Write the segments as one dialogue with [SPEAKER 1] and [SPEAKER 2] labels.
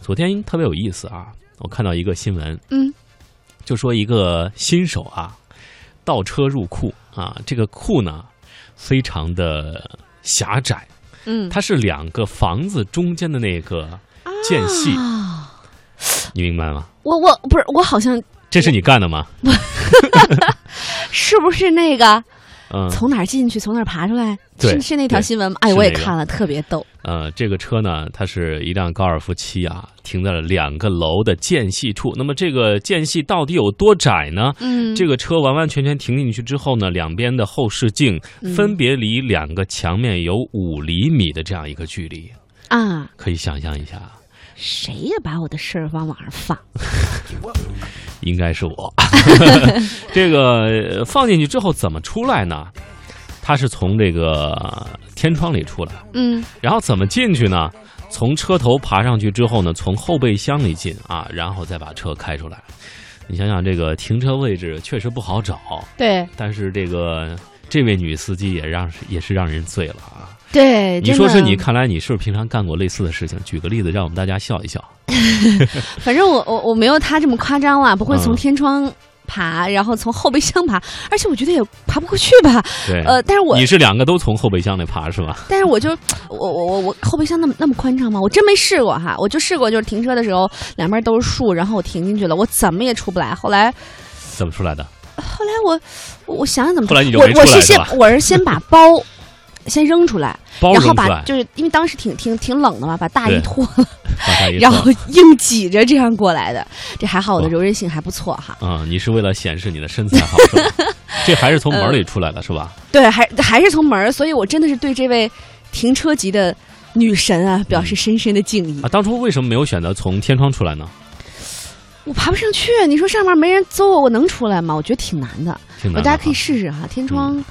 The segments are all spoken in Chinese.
[SPEAKER 1] 昨天特别有意思啊，我看到一个新闻，
[SPEAKER 2] 嗯，
[SPEAKER 1] 就说一个新手啊，倒车入库啊，这个库呢非常的狭窄，
[SPEAKER 2] 嗯，
[SPEAKER 1] 它是两个房子中间的那个间隙，
[SPEAKER 2] 啊，
[SPEAKER 1] 你明白吗？
[SPEAKER 2] 我我不是我好像
[SPEAKER 1] 这是你干的吗？
[SPEAKER 2] 是不是那个
[SPEAKER 1] 嗯，
[SPEAKER 2] 从哪儿进去从哪儿爬出来？
[SPEAKER 1] 对
[SPEAKER 2] 是是那条
[SPEAKER 1] 对
[SPEAKER 2] 新闻吗？哎，
[SPEAKER 1] 是
[SPEAKER 2] 我也
[SPEAKER 1] 那个
[SPEAKER 2] 看了，特别逗。
[SPEAKER 1] 呃，这个车呢，它是一辆高尔夫七啊，停在了两个楼的间隙处。那么这个间隙到底有多窄呢？
[SPEAKER 2] 嗯，
[SPEAKER 1] 这
[SPEAKER 2] 个
[SPEAKER 1] 个车完完全全停进去之后呢，两边的后视镜分别离两个墙面有五厘米的这样一个距离，
[SPEAKER 2] 啊，
[SPEAKER 1] 可以想象一下，
[SPEAKER 2] 谁也把我的事儿往网上放。
[SPEAKER 1] 应该是我。这个呃放进去之后怎么出来呢？它是从这个天窗里出来，
[SPEAKER 2] 嗯
[SPEAKER 1] 然后怎么进去呢？从车头爬上去之后呢，从后备箱里进啊，然后再把车开出来。你想想，这个停车位置确实不好找，
[SPEAKER 2] 对
[SPEAKER 1] 但是这个这位女司机也让也是让人醉了啊！
[SPEAKER 2] 对，
[SPEAKER 1] 你
[SPEAKER 2] 真
[SPEAKER 1] 说
[SPEAKER 2] 的
[SPEAKER 1] 是你，看来你是不是平常干过类似的事情？举个例子，让我们大家笑一笑。
[SPEAKER 2] 反正我我我没有他这么夸张啦，不会从
[SPEAKER 1] 嗯
[SPEAKER 2] 天窗爬，然后从后备箱爬，而且我觉得也爬不过去吧。
[SPEAKER 1] 对，
[SPEAKER 2] 呃，但是我
[SPEAKER 1] 你是两个都从后备箱里爬是吧？
[SPEAKER 2] 但是我就我我我我后备箱那么那么宽敞吗？我真没试过哈，我就试过就是停车的时候两边都是树，然后我停进去了，我怎么也出不来。后来
[SPEAKER 1] 怎么出来的？
[SPEAKER 2] 后来我我我想想怎么
[SPEAKER 1] 后来你就
[SPEAKER 2] 我
[SPEAKER 1] 没出
[SPEAKER 2] 我
[SPEAKER 1] 来
[SPEAKER 2] 是
[SPEAKER 1] 是
[SPEAKER 2] 先
[SPEAKER 1] 吧？
[SPEAKER 2] 我是先把包先扔出来，
[SPEAKER 1] 包
[SPEAKER 2] 然
[SPEAKER 1] 扔
[SPEAKER 2] 后
[SPEAKER 1] 出
[SPEAKER 2] 把
[SPEAKER 1] 来，
[SPEAKER 2] 就是因为当时挺挺挺冷的嘛，把大衣
[SPEAKER 1] 对
[SPEAKER 2] 脱，
[SPEAKER 1] 往下一
[SPEAKER 2] 然
[SPEAKER 1] 放
[SPEAKER 2] 后硬挤着这样过来的。这还好我的
[SPEAKER 1] 哇
[SPEAKER 2] 柔韧性还不错哈。
[SPEAKER 1] 啊、你是为了显示你的身材好，是吧这还是从门里出来的，是 吧？
[SPEAKER 2] 对，还还是从门儿，所以我真的是对这位停车级的女神啊表
[SPEAKER 1] 嗯
[SPEAKER 2] 示深深的敬意。
[SPEAKER 1] 啊，当初为什么没有选择从天窗出来呢？
[SPEAKER 2] 我爬不上去，你说上面没人揍我，我能出来吗？我觉得挺难的。
[SPEAKER 1] 挺
[SPEAKER 2] 我
[SPEAKER 1] 难的哈。啊嗯
[SPEAKER 2] 大家可以试试哈，天窗。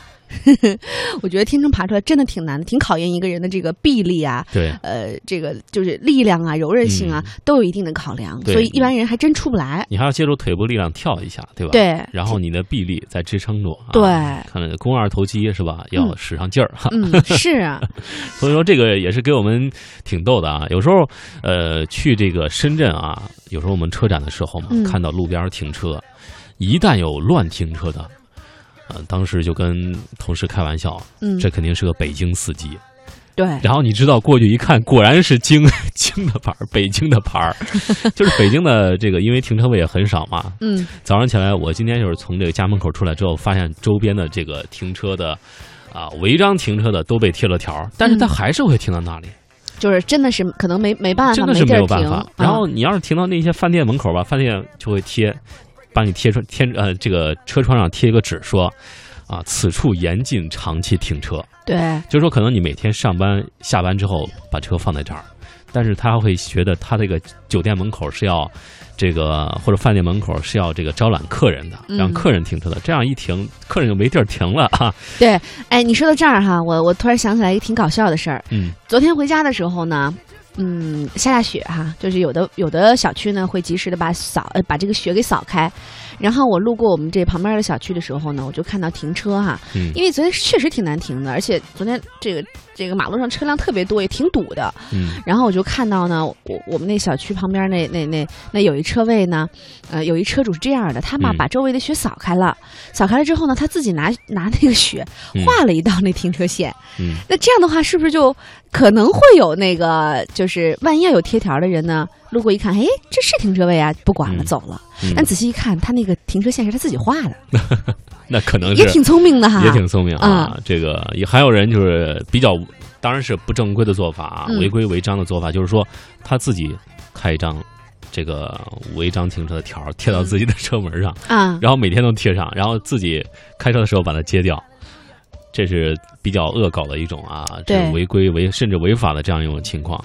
[SPEAKER 2] 我觉得天窗爬出来真的挺难的，挺考验一个人的这个臂力啊，
[SPEAKER 1] 对
[SPEAKER 2] 呃，这个就是力量啊、柔韧性啊，都有一定的考量，
[SPEAKER 1] 嗯对
[SPEAKER 2] 所以一般人还真出不来。
[SPEAKER 1] 你还要借助腿部力量跳一下，对吧？。
[SPEAKER 2] 对，
[SPEAKER 1] 然后你的臂力再支撑住、啊，
[SPEAKER 2] 对
[SPEAKER 1] 看来肱二头肌是吧？要使上劲儿哈、
[SPEAKER 2] 嗯，是 啊，
[SPEAKER 1] 所以说这个也是给我们挺逗的啊。有时候，呃，去这个深圳啊，有时候我们车展的时候嘛，
[SPEAKER 2] 嗯
[SPEAKER 1] 看到路边停车，一旦有乱停车的，呃，当时就跟同事开玩笑，
[SPEAKER 2] 嗯，
[SPEAKER 1] 这肯定是个北京司机。
[SPEAKER 2] 对，
[SPEAKER 1] 然后你知道过去一看，果然是京 京的牌儿，北京的牌儿， 就是北京的这个，因为停车位也很少嘛。
[SPEAKER 2] 嗯，
[SPEAKER 1] 早上起来，我今天就是从这个家门口出来之后，发现周边的这个停车的啊、违章停车的都被贴了条儿，但是他
[SPEAKER 2] 嗯
[SPEAKER 1] 还是会停到那里，
[SPEAKER 2] 就是真的是可能没没办法，
[SPEAKER 1] 真的是
[SPEAKER 2] 没
[SPEAKER 1] 没
[SPEAKER 2] 地儿
[SPEAKER 1] 有办
[SPEAKER 2] 停
[SPEAKER 1] 法
[SPEAKER 2] 啊。
[SPEAKER 1] 然后你要是停到那些饭店门口吧，饭店就会贴，把你贴窗贴呃这个车窗上贴一个纸说。啊，此处严禁长期停车。
[SPEAKER 2] 对，
[SPEAKER 1] 就是说可能你每天上班下班之后把车放在这儿，但是他会觉得他这个酒店门口是要这个或者饭店门口是要这个招揽客人的，
[SPEAKER 2] 嗯
[SPEAKER 1] 让客人停车的。这样一停，客人就没地儿停了啊。
[SPEAKER 2] 哎，你说到这儿哈，我我突然想起来一个挺搞笑的事儿。
[SPEAKER 1] 嗯
[SPEAKER 2] 昨天回家的时候呢，嗯，下大雪哈，就是有的有的小区呢会及时的把扫呃把这个雪给扫开。然后我路过我们这旁边的小区的时候呢，我就看到停车哈，
[SPEAKER 1] 嗯
[SPEAKER 2] 因为昨天确实挺难停的，而且昨天这个这个马路上车辆特别多，也挺堵的。
[SPEAKER 1] 嗯
[SPEAKER 2] 然后我就看到呢，我我们那小区旁边那那那那有一车位呢，呃，有一车主是这样的，他嘛
[SPEAKER 1] 嗯
[SPEAKER 2] 把周围的雪扫开了，扫开了之后呢，他自己拿拿那个雪
[SPEAKER 1] 嗯
[SPEAKER 2] 画了一道那停车线。
[SPEAKER 1] 嗯，
[SPEAKER 2] 那这样的话，是不是就可能会有那个，就是万一要有贴条的人呢，路过一看，哎，这是停车位啊，不管了，
[SPEAKER 1] 嗯
[SPEAKER 2] 走了。
[SPEAKER 1] 嗯
[SPEAKER 2] 但仔细一看，他那个停车线是他自己画的，
[SPEAKER 1] 那可能是
[SPEAKER 2] 也挺嗯聪明的哈。
[SPEAKER 1] 也挺聪明啊。这个也还有人就是比较，当然是不正规的做法啊，
[SPEAKER 2] 嗯
[SPEAKER 1] 违规违章的做法，就是说他自己开一张这个违章停车的条儿贴
[SPEAKER 2] 嗯
[SPEAKER 1] 到自己的车门上。
[SPEAKER 2] 啊，
[SPEAKER 1] 然后每天都贴上，然后自己开车的时候把它揭掉，这是比较恶搞的一种啊，这
[SPEAKER 2] 对
[SPEAKER 1] 违规违甚至违法的这样一种情况。